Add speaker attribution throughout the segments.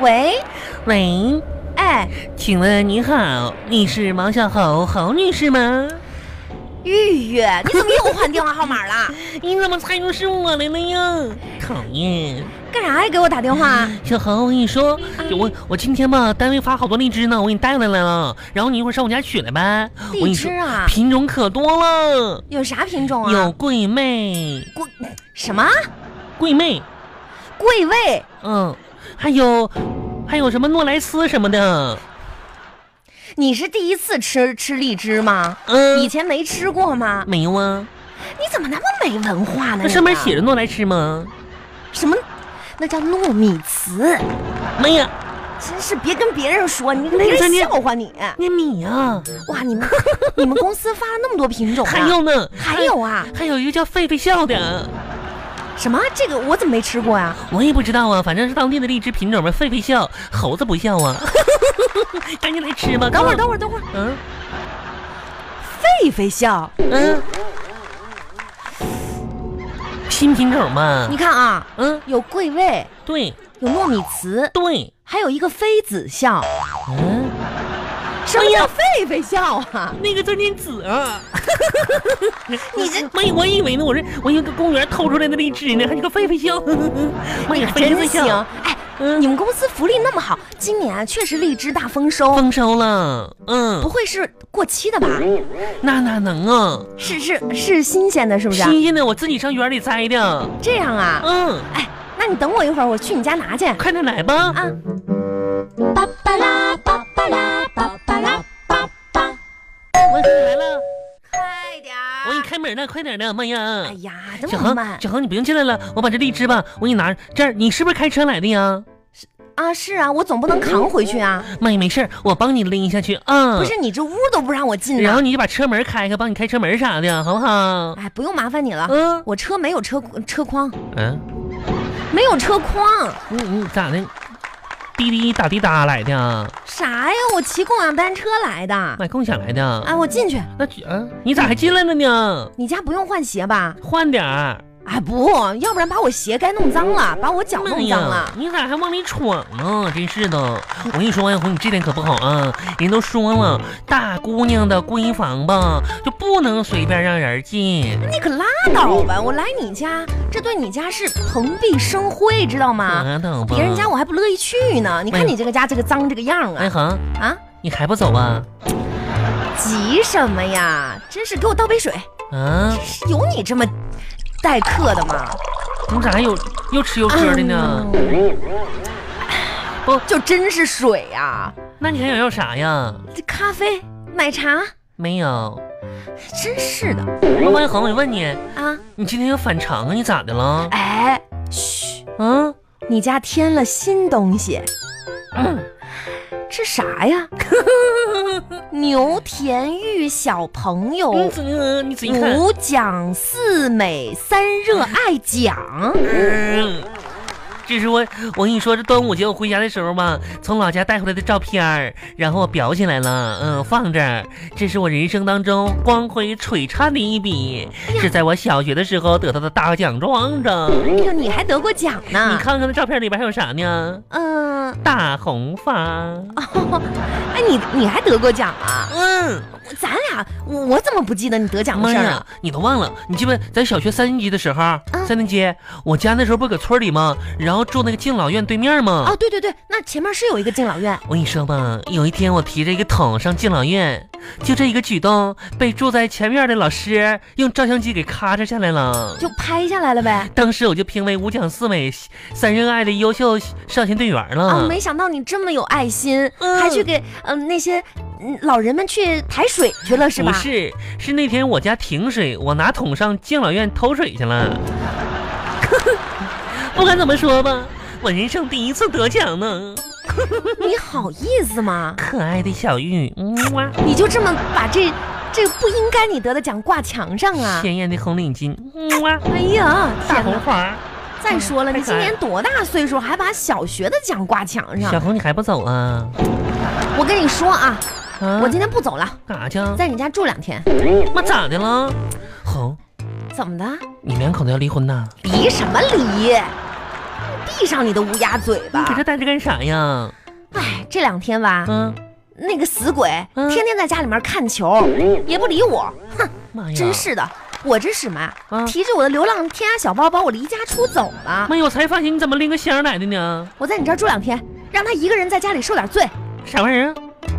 Speaker 1: 喂，
Speaker 2: 喂，
Speaker 1: 哎，
Speaker 2: 请问你好，你是毛小猴猴女士吗？
Speaker 1: 玉玉，你怎么又换电话号码 了？
Speaker 2: 你怎么猜出是我来了呀？讨厌！
Speaker 1: 干啥呀？给我打电话啊？
Speaker 2: 小猴，我跟你说，就我我今天吧，单位发好多荔枝呢，我给你带来了，然后你一会儿上我家取来呗。我跟
Speaker 1: 荔
Speaker 2: 你
Speaker 1: 枝
Speaker 2: 说，
Speaker 1: 啊？
Speaker 2: 品种可多了，
Speaker 1: 有啥品种啊？
Speaker 2: 有桂妹、
Speaker 1: 贵什么
Speaker 2: 桂妹，
Speaker 1: 贵味？
Speaker 2: 嗯，还有还有什么诺莱斯什么的，
Speaker 1: 你是第一次吃吃荔枝吗？以
Speaker 2: 嗯，
Speaker 1: 前没吃过吗？
Speaker 2: 没有啊？
Speaker 1: 你怎么那么没文化呢？
Speaker 2: 那上面
Speaker 1: 你啊
Speaker 2: 写着诺莱斯吗？
Speaker 1: 什么？那叫糯米糍，
Speaker 2: 妈呀，
Speaker 1: 真是别跟别人说，你
Speaker 2: 那
Speaker 1: 别
Speaker 2: 个
Speaker 1: 人
Speaker 2: 咱这
Speaker 1: 笑话你。
Speaker 2: 那米啊呀、
Speaker 1: 哇，你们你们公司发了那么多品种、啊，
Speaker 2: 还有呢，
Speaker 1: 还有啊？
Speaker 2: 还有一个叫狒狒笑的，
Speaker 1: 什么？这个我怎么没吃过呀、
Speaker 2: 我也不知道啊，反正是当地的荔枝品种嘛。狒狒笑，猴子不笑啊。 赶紧来吃吧，
Speaker 1: 等会儿，
Speaker 2: 哥
Speaker 1: 等会儿，等会儿，
Speaker 2: 嗯
Speaker 1: 狒狒笑，
Speaker 2: 嗯，新品种嘛
Speaker 1: 你。看啊，
Speaker 2: 嗯，
Speaker 1: 有桂味，
Speaker 2: 对
Speaker 1: 有糯米糍，
Speaker 2: 对，
Speaker 1: 还有一个妃子笑。
Speaker 2: 嗯，
Speaker 1: 什
Speaker 2: 哎
Speaker 1: 么叫狒狒笑啊？
Speaker 2: 那个字念子啊。
Speaker 1: 你这
Speaker 2: 妈 呀，我以为呢，我是我一个公园偷出来的荔枝呢，还是个狒狒 笑。妈哎呀，狒狒
Speaker 1: 哎真行
Speaker 2: 笑，！
Speaker 1: 哎，
Speaker 2: 嗯
Speaker 1: 你们公司福利那么好，今年啊确实荔枝大丰收，
Speaker 2: 丰收了。
Speaker 1: 不
Speaker 2: 嗯，
Speaker 1: 会是过期的吧？
Speaker 2: 那哪能啊？
Speaker 1: 是是是新鲜的，是不是啊？
Speaker 2: 新鲜的，我自己上园里摘的。
Speaker 1: 这样啊？
Speaker 2: 嗯，
Speaker 1: 哎，那你等我一会儿，我去你家拿去啊。
Speaker 2: 快点来吧。
Speaker 3: 巴巴拉巴巴拉巴巴拉巴巴。
Speaker 1: 哎
Speaker 2: 我来了，
Speaker 1: 快点儿
Speaker 2: 我给你开门了，快点的，妈呀
Speaker 1: 哎！呀，这
Speaker 2: 嗯小
Speaker 1: 么
Speaker 2: 恒
Speaker 1: 慢，
Speaker 2: 小恒，你不用进来了，我把这荔枝吧，我给你拿。这儿，你是不是开车来的呀？
Speaker 1: 啊！是啊，我总不能扛回去啊！
Speaker 2: 妈呀，没事儿，我帮你拎下去啊。
Speaker 1: 不，是你这屋都不让我进
Speaker 2: 然
Speaker 1: 呢
Speaker 2: 后。你就把车门开开，帮你开车门啥的，好不好？
Speaker 1: 哎，不用麻烦你了，
Speaker 2: 嗯
Speaker 1: 我车没有车车筐，
Speaker 2: 嗯，
Speaker 1: 没有车筐，
Speaker 2: 你你咋的？滴滴打滴答来的啊，
Speaker 1: 啥呀？我骑共享单车来的。
Speaker 2: 买共享来的啊？
Speaker 1: 哎，我进去，
Speaker 2: 那举啊，你咋还进来了呢？
Speaker 1: 你家不用换鞋吧？
Speaker 2: 换点儿，
Speaker 1: 哎，不要不然把我鞋该弄脏了，把我脚弄脏了。
Speaker 2: 你咋还往里闯呢？真是的，我跟你说，万红，你这点可不好啊！人都说了，大姑娘的闺房吧，就不能随便让人进。
Speaker 1: 你可拉倒吧！我来你家，这对你家是蓬荜生辉，知道吗？
Speaker 2: 拉倒
Speaker 1: 啊
Speaker 2: 吧，
Speaker 1: 别人家我还不乐意去呢。你看你这个家这个脏这个样
Speaker 2: 哎
Speaker 1: 啊
Speaker 2: 恒，
Speaker 1: 啊！
Speaker 2: 你还不走啊？
Speaker 1: 急什么呀？真是给我倒杯水，
Speaker 2: 啊，
Speaker 1: 是有你这么待客的吗？
Speaker 2: 你咋还有又吃又喝
Speaker 1: 啊
Speaker 2: 的呢？
Speaker 1: 就真是水呀、
Speaker 2: 那你还想要啥呀？
Speaker 1: 这咖啡、奶茶，
Speaker 2: 没有。
Speaker 1: 真是的
Speaker 2: 那万恒，我问你，
Speaker 1: 啊！
Speaker 2: 你今天有反常啊？你咋的了？
Speaker 1: 哎，嘘，
Speaker 2: 嗯，
Speaker 1: 你家添了新东西，嗯这啥呀？ 牛田玉小朋友。
Speaker 2: 你嗯怎么你仔细看？
Speaker 1: 五讲四美三热爱讲，
Speaker 2: 嗯，这是我，我跟你说，这端午节我回家的时候吧，从老家带回来的照片儿，然后我裱起来了，嗯，放这儿。这是我人生当中光辉璀璨的一笔，是在我小学的时候得到的大奖状着。
Speaker 1: 哎呦，你还得过奖
Speaker 2: 你
Speaker 1: 呢。
Speaker 2: 看看那照片里边还有啥呢？
Speaker 1: 嗯，
Speaker 2: 大红发。
Speaker 1: 哎，你你还得过奖啊？
Speaker 2: 嗯，
Speaker 1: 咱俩我我怎么不记得你得奖的
Speaker 2: 妈
Speaker 1: 事儿啊
Speaker 2: 呀？，你都忘了？你记不？咱小学三年级的时候，三年级，我家那时候不搁村里吗？然后住那个敬老院对面吗？
Speaker 1: 哦，对对对，那前面是有一个敬老院，
Speaker 2: 我跟你说吧，有一天我提着一个桶上敬老院，就这一个举动被住在前面的老师用照相机给咔嚓下来了。
Speaker 1: 就拍下来了呗。
Speaker 2: 当时我就评为五讲四美三热爱的优秀少先队员了。
Speaker 1: 啊，没想到你这么有爱心，
Speaker 2: 嗯
Speaker 1: 还去给嗯、那些嗯老人们去抬水去了是吧
Speaker 2: 不？是，是那天我家停水，我拿桶上敬老院偷水去了。不管怎么说吧，我人生第一次得奖呢。
Speaker 1: 你好意思吗？
Speaker 2: 可爱的小玉，嗯哇，
Speaker 1: 你就这么把这这不应该你得的奖挂墙上啊？
Speaker 2: 鲜艳的红领巾，嗯哇，
Speaker 1: 哎呀，
Speaker 2: 大
Speaker 1: 天哪
Speaker 2: 红！嗯花。
Speaker 1: 再说了，
Speaker 2: 太
Speaker 1: 你
Speaker 2: 可爱
Speaker 1: 今年多大岁数，还把小学的奖挂墙
Speaker 2: 小
Speaker 1: 上？
Speaker 2: 红，你还不走啊？
Speaker 1: 我跟你说啊，
Speaker 2: 啊
Speaker 1: 我今天不走了，
Speaker 2: 干啥去？
Speaker 1: 在你家住两天。
Speaker 2: 啊嗯妈咋的了？红，
Speaker 1: 怎么的？
Speaker 2: 你们两口子要离婚呐？
Speaker 1: 离什么离？闭上你的乌鸦嘴
Speaker 2: 你
Speaker 1: 巴
Speaker 2: 给！他带着干啥呀？
Speaker 1: 哎，这两天吧，
Speaker 2: 嗯，
Speaker 1: 那个死鬼
Speaker 2: 嗯哎
Speaker 1: 天天在家里面看球，也不理我，哼，
Speaker 2: 妈呀，
Speaker 1: 真是的，我真是妈，
Speaker 2: 啊！
Speaker 1: 提着我的流浪天涯小包包，我离家出走了。
Speaker 2: 妈呀，我才发现你怎么拎个箱来的呢？
Speaker 1: 我在你这儿住两天，让他一个人在家里受点罪，
Speaker 2: 啥玩意儿？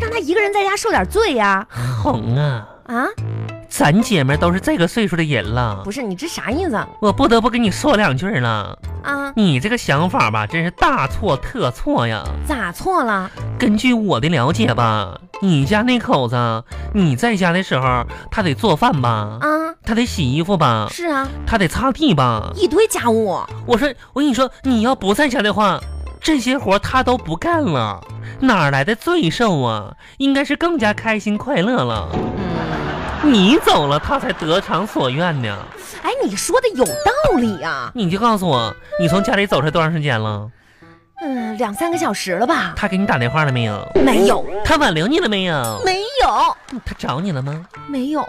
Speaker 1: 让他一个人在家受点罪呀！
Speaker 2: 红啊，
Speaker 1: 啊，
Speaker 2: 咱姐们儿都是这个岁数的人了
Speaker 1: 不，是你这啥意思啊
Speaker 2: 我不得不跟你说两句了。
Speaker 1: 啊？
Speaker 2: 你这个想法吧，真是大错特错呀！
Speaker 1: 咋错了？
Speaker 2: 根据我的了解吧，你家那口子，你在家的时候，他得做饭吧，
Speaker 1: 啊，
Speaker 2: 他得洗衣服吧，
Speaker 1: 是啊，
Speaker 2: 他得擦地吧。
Speaker 1: 一堆家务，
Speaker 2: 我说，我跟你说，你要不在家的话，这些活他都不干了，哪来的罪受啊？应该是更加开心快乐了。
Speaker 1: 嗯，
Speaker 2: 你走了，他才得偿所愿呢。
Speaker 1: 哎，你说的有道理啊，
Speaker 2: 你就告诉我，你从家里走出来多长时间了？
Speaker 1: 嗯，两三个小时了吧？
Speaker 2: 他给你打电话了没有？
Speaker 1: 没有，
Speaker 2: 他挽留你了没有？
Speaker 1: 没有，
Speaker 2: 他找你了吗？
Speaker 1: 没有，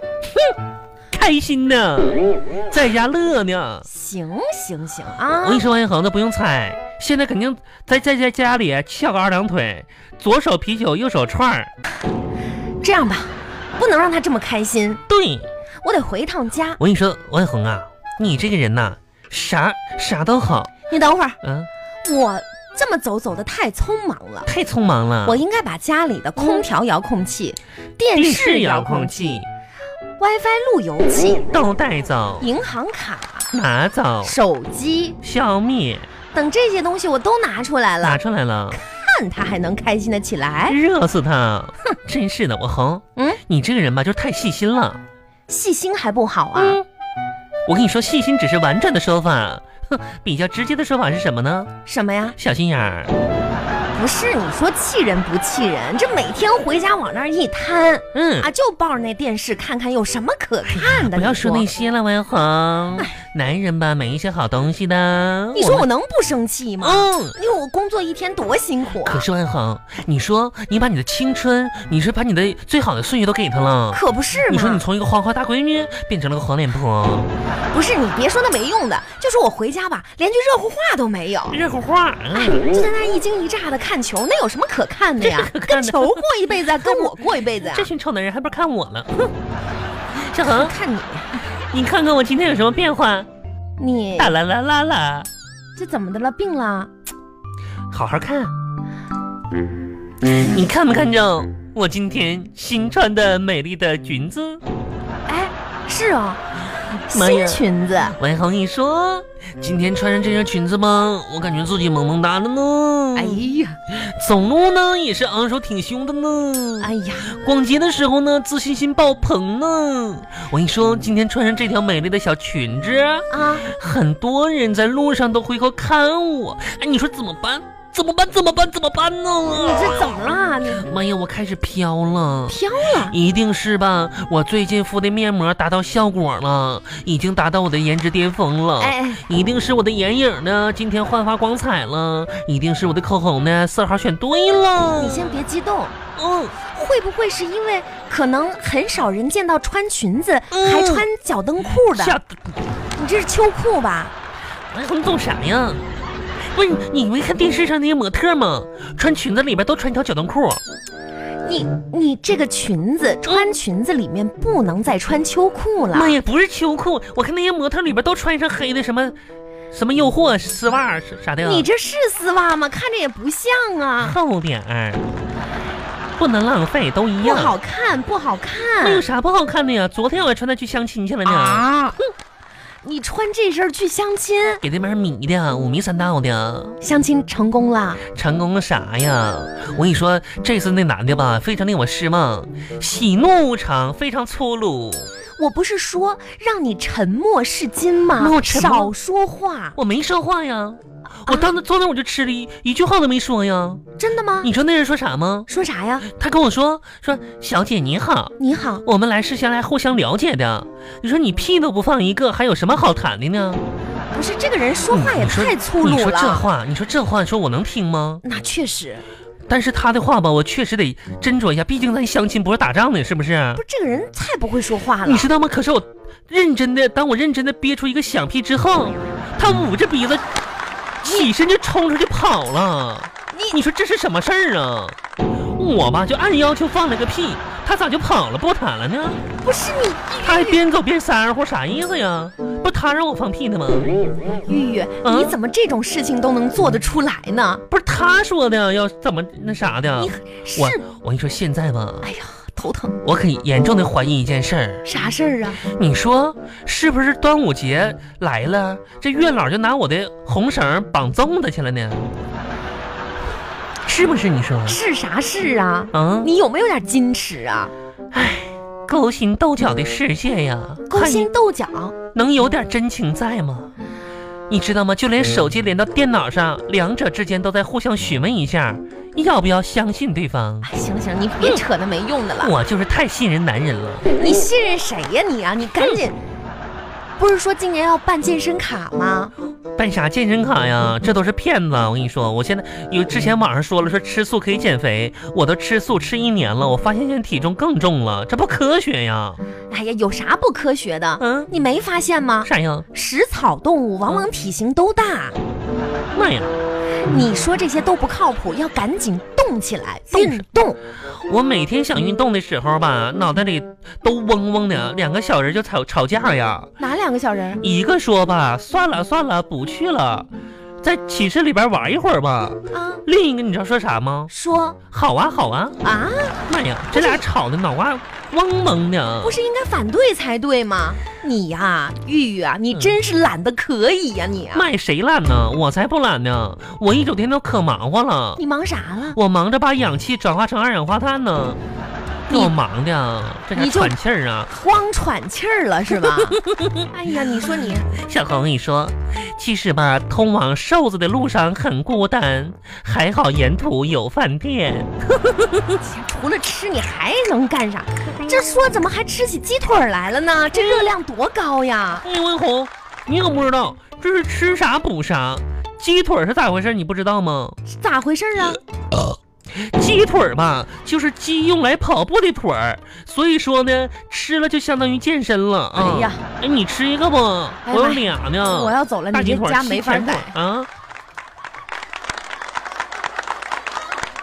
Speaker 2: 开心呢，
Speaker 1: 嗯
Speaker 2: 在家乐呢。
Speaker 1: 行行行
Speaker 2: 我
Speaker 1: 啊
Speaker 2: 跟你，说，王一恒，那不用猜，现在肯定在在在家里啊翘个二郎腿，左手啤酒，右手串儿。
Speaker 1: 这样吧，不能让他这么开心，
Speaker 2: 对，
Speaker 1: 我得回一趟家。
Speaker 2: 我跟你说，王一恒啊，你这个人呐、啥啥都好，
Speaker 1: 你等会儿，
Speaker 2: 嗯、
Speaker 1: 我这么走走的太匆忙了。
Speaker 2: 太匆忙了。
Speaker 1: 我应该把家里的空调遥控器、电视
Speaker 2: 电视
Speaker 1: 遥
Speaker 2: 遥
Speaker 1: 控
Speaker 2: 控
Speaker 1: 器、
Speaker 2: 器哦
Speaker 1: WiFi 路由器、
Speaker 2: 都带走，
Speaker 1: 银行卡、
Speaker 2: 拿走，
Speaker 1: 手机
Speaker 2: 消灭，
Speaker 1: 等这些东西我都拿出来
Speaker 2: 拿
Speaker 1: 了，
Speaker 2: 出来了，
Speaker 1: 看他还能开心的起来。
Speaker 2: 热死他！真是的，我恒，
Speaker 1: 哎嗯，
Speaker 2: 你这个人吧，就是太细心了。
Speaker 1: 细心还不好啊？
Speaker 2: 嗯，我跟你说，细心只是婉转的说法，哼，比较直接的说法是什么呢？
Speaker 1: 什么呀？
Speaker 2: 小心眼儿。
Speaker 1: 不是你说气人不气人？这每天回家往那儿一摊
Speaker 2: 嗯，
Speaker 1: 啊，就抱着那电视看看有什么可看的？
Speaker 2: 哎不要
Speaker 1: 你
Speaker 2: 说那些了，王小红。男人吧，没一些好东西的。
Speaker 1: 哎你说我
Speaker 2: 们
Speaker 1: 能不生气吗？
Speaker 2: 嗯。
Speaker 1: 因为我工作一天多辛苦
Speaker 2: 可
Speaker 1: 啊！
Speaker 2: 是万恒，你说你把你的青春，你是把你的最好的岁月都给他了，
Speaker 1: 可不是
Speaker 2: 你说你
Speaker 1: 嘛，
Speaker 2: 从一个花花大闺女变成了个黄脸婆，
Speaker 1: 不是你别说那没用的，就是我回家吧，连句热乎话都没有。
Speaker 2: 热乎话，
Speaker 1: 哎，
Speaker 2: 嗯，
Speaker 1: 就在那一惊一乍的看球，那有什么可看 的呀？跟球过一辈子啊，跟我过一辈子啊
Speaker 2: 这！群臭男人还不是看我了？哼，小恒，
Speaker 1: 看你，
Speaker 2: 你看看我今天有什么变化？
Speaker 1: 你
Speaker 2: 啦啦啦啦啦，
Speaker 1: 这怎么的了？病了？
Speaker 2: 好好看，你看没看着我今天新穿的美丽的裙子？
Speaker 1: 哎，是哦，
Speaker 2: 妈
Speaker 1: 新
Speaker 2: 呀
Speaker 1: 裙子，
Speaker 2: 王一恒，你说今天穿上这件裙子吧，我感觉自己萌萌哒的呢。
Speaker 1: 哎呀，
Speaker 2: 走路呢也是昂首挺胸的呢，
Speaker 1: 哎呀，
Speaker 2: 逛街的时候呢自信心爆棚呢。我跟你说，今天穿上这条美丽的小裙子，
Speaker 1: 啊，
Speaker 2: 很多人在路上都回头看我，哎，你说怎么办？怎么办？怎么办？怎么办
Speaker 1: 你
Speaker 2: 呢？
Speaker 1: 这怎么了？你
Speaker 2: 妈呀，我开始飘了。
Speaker 1: 飘了？
Speaker 2: 一定是吧？我最近敷的面膜达到效果了，已经达到我的颜值巅峰了。
Speaker 1: 哎，哎
Speaker 2: 一定是我的眼影呢，今天焕发光彩了；一定是我的口红呢，色号选对了。
Speaker 1: 你先别激动，哦
Speaker 2: 嗯，
Speaker 1: 会不会是因为可能很少人见到穿裙子
Speaker 2: 嗯啊
Speaker 1: 还穿脚蹬裤的？
Speaker 2: 吓得，
Speaker 1: 你这是秋裤吧？
Speaker 2: 哎，你懂啥呀？不是你没看电视上那些模特吗？穿裙子里边都穿一条脚蹬裤，
Speaker 1: 你
Speaker 2: 嗯
Speaker 1: 你这个裙子穿裙子里面不能再穿秋裤了。
Speaker 2: 妈呀，不是秋裤，我看那些模特里边都穿上黑的什么什么诱惑丝袜啥啥的啊呀。
Speaker 1: 你这是丝袜吗？看着也不像啊，
Speaker 2: 厚点儿，不能浪费，都一
Speaker 1: 不
Speaker 2: 样。
Speaker 1: 好看，不好
Speaker 2: 那有
Speaker 1: 看
Speaker 2: 啥不好看的呀？昨天我还穿它去相亲去了呢，
Speaker 1: 啊！哼你穿这身儿去相亲，
Speaker 2: 给那边迷的，五迷三道的。
Speaker 1: 相亲成功了，
Speaker 2: 成功个啥呀？我跟你说，这次那男的吧，非常令我失望，喜怒无常，非常粗鲁。
Speaker 1: 我不是说让你沉默是金吗
Speaker 2: 那我？沉默
Speaker 1: 少说话，
Speaker 2: 我没说话呀，
Speaker 1: 啊
Speaker 2: 我当时坐那我就吃了一一句话都没说呀。
Speaker 1: 真的吗？
Speaker 2: 你知道那人说啥吗？
Speaker 1: 说啥呀？
Speaker 2: 他跟我说说，小姐你好，
Speaker 1: 你好，
Speaker 2: 我们来是先来互相了解的。你说你屁都不放一个，还有什么好谈的呢？
Speaker 1: 不是这个人说话也
Speaker 2: 嗯你说
Speaker 1: 太粗鲁
Speaker 2: 你说这
Speaker 1: 了。
Speaker 2: 话，你说这话，你说我能听吗？
Speaker 1: 那确实，
Speaker 2: 但是他的话吧，我确实得斟酌一下，毕竟咱相亲不是打仗的，是不是？
Speaker 1: 不是这个人太不会说话了
Speaker 2: 哎你。知道吗？可是我认真的，当我认真的憋出一个响屁之后，他捂着鼻子，起身就冲出去跑了。
Speaker 1: 你
Speaker 2: 你说这是什么事儿啊？我吧就按要求放了个屁，他咋就跑了不谈了呢？
Speaker 1: 不是
Speaker 2: 他还边走边撒乎，啥意思呀？不他让我放屁的吗？
Speaker 1: 你玉玉，
Speaker 2: 嗯
Speaker 1: 你怎么这种事情都能做得出来呢？
Speaker 2: 不是他说的，要怎么那啥的
Speaker 1: 你？是
Speaker 2: 嗯我我跟你说，现在吧，
Speaker 1: 哎呀，头疼，
Speaker 2: 我可严重的怀疑一件事儿。
Speaker 1: 啥事儿啊？
Speaker 2: 你说是不是端午节来了，这月老就拿我的红绳绑粽子去了呢？是不是？你说
Speaker 1: 是啥事啊？
Speaker 2: 啊？
Speaker 1: 你有没有点矜持啊？
Speaker 2: 勾心斗角的世界呀，
Speaker 1: 勾
Speaker 2: 看你
Speaker 1: 心斗角，
Speaker 2: 能有点真情在吗？你知道吗？就连手机连到电脑上，两者之间都在互相询问一下，要不要相信对方？
Speaker 1: 哎，行了行了，你别扯那没用的了。
Speaker 2: 我就是太信任男人了。
Speaker 1: 你信任谁呀、你啊？你赶
Speaker 2: 嗯
Speaker 1: 紧，不是说今年要办健身卡吗？
Speaker 2: 办啥健身卡呀？这都是骗子！啊我跟你说，我现在有之前网上说了，说吃素可以减肥，我都吃素吃一年了，我发现现在体重更重了，这不科学呀！
Speaker 1: 哎呀，有啥不科学的？
Speaker 2: 嗯，
Speaker 1: 你没发现吗？
Speaker 2: 啥呀？
Speaker 1: 食草动物往往体型都大，
Speaker 2: 妈呀！
Speaker 1: 你说这些都不靠谱，要赶紧动起来，
Speaker 2: 动
Speaker 1: 运动。
Speaker 2: 我每天想运动的时候吧，脑袋里都嗡嗡的，两个小人就吵吵架呀。
Speaker 1: 哪两个小人儿？
Speaker 2: 一个说吧，算了算了，不去了，在寝室里边玩一会儿吧。
Speaker 1: 啊，
Speaker 2: 另一个你知道说啥吗？
Speaker 1: 说
Speaker 2: 好啊好啊！
Speaker 1: 啊，
Speaker 2: 妈呀，这俩吵的脑瓜嗡嗡的
Speaker 1: 不。是应该反对才对吗？你呀、玉玉啊，你真是懒得可以呀、你啊，
Speaker 2: 卖谁懒呢？我才不懒呢！我一整天都可忙活了，
Speaker 1: 你忙啥了？
Speaker 2: 我忙着把氧气转化成二氧化碳呢，给
Speaker 1: 你
Speaker 2: 我忙的啊，这家
Speaker 1: 你就
Speaker 2: 喘气儿啊！
Speaker 1: 光喘气儿了是吧？哎呀，你说你
Speaker 2: 小红，你说，其实吧，通往瘦子的路上很孤单，还好沿途有饭店。
Speaker 1: 除了吃，你还能干啥？这说怎么还吃起鸡腿儿来了呢？这热量多高呀！
Speaker 2: 哎，文红，你可不知道，这是吃啥补啥。鸡腿儿是咋回事？你不知道吗？
Speaker 1: 咋回事儿啊？
Speaker 2: 鸡腿儿吧，就是鸡用来跑步的腿儿，所以说呢，吃了就相当于健身了啊。
Speaker 1: 哎呀，
Speaker 2: 哎，你吃一个不？
Speaker 1: 哎呀
Speaker 2: 我有俩呢。
Speaker 1: 我要走了，
Speaker 2: 嗯大
Speaker 1: 你
Speaker 2: 鸡
Speaker 1: 这
Speaker 2: 腿儿、
Speaker 1: 家没
Speaker 2: 西
Speaker 1: 法
Speaker 2: 甜
Speaker 1: 改
Speaker 2: 腿。儿啊！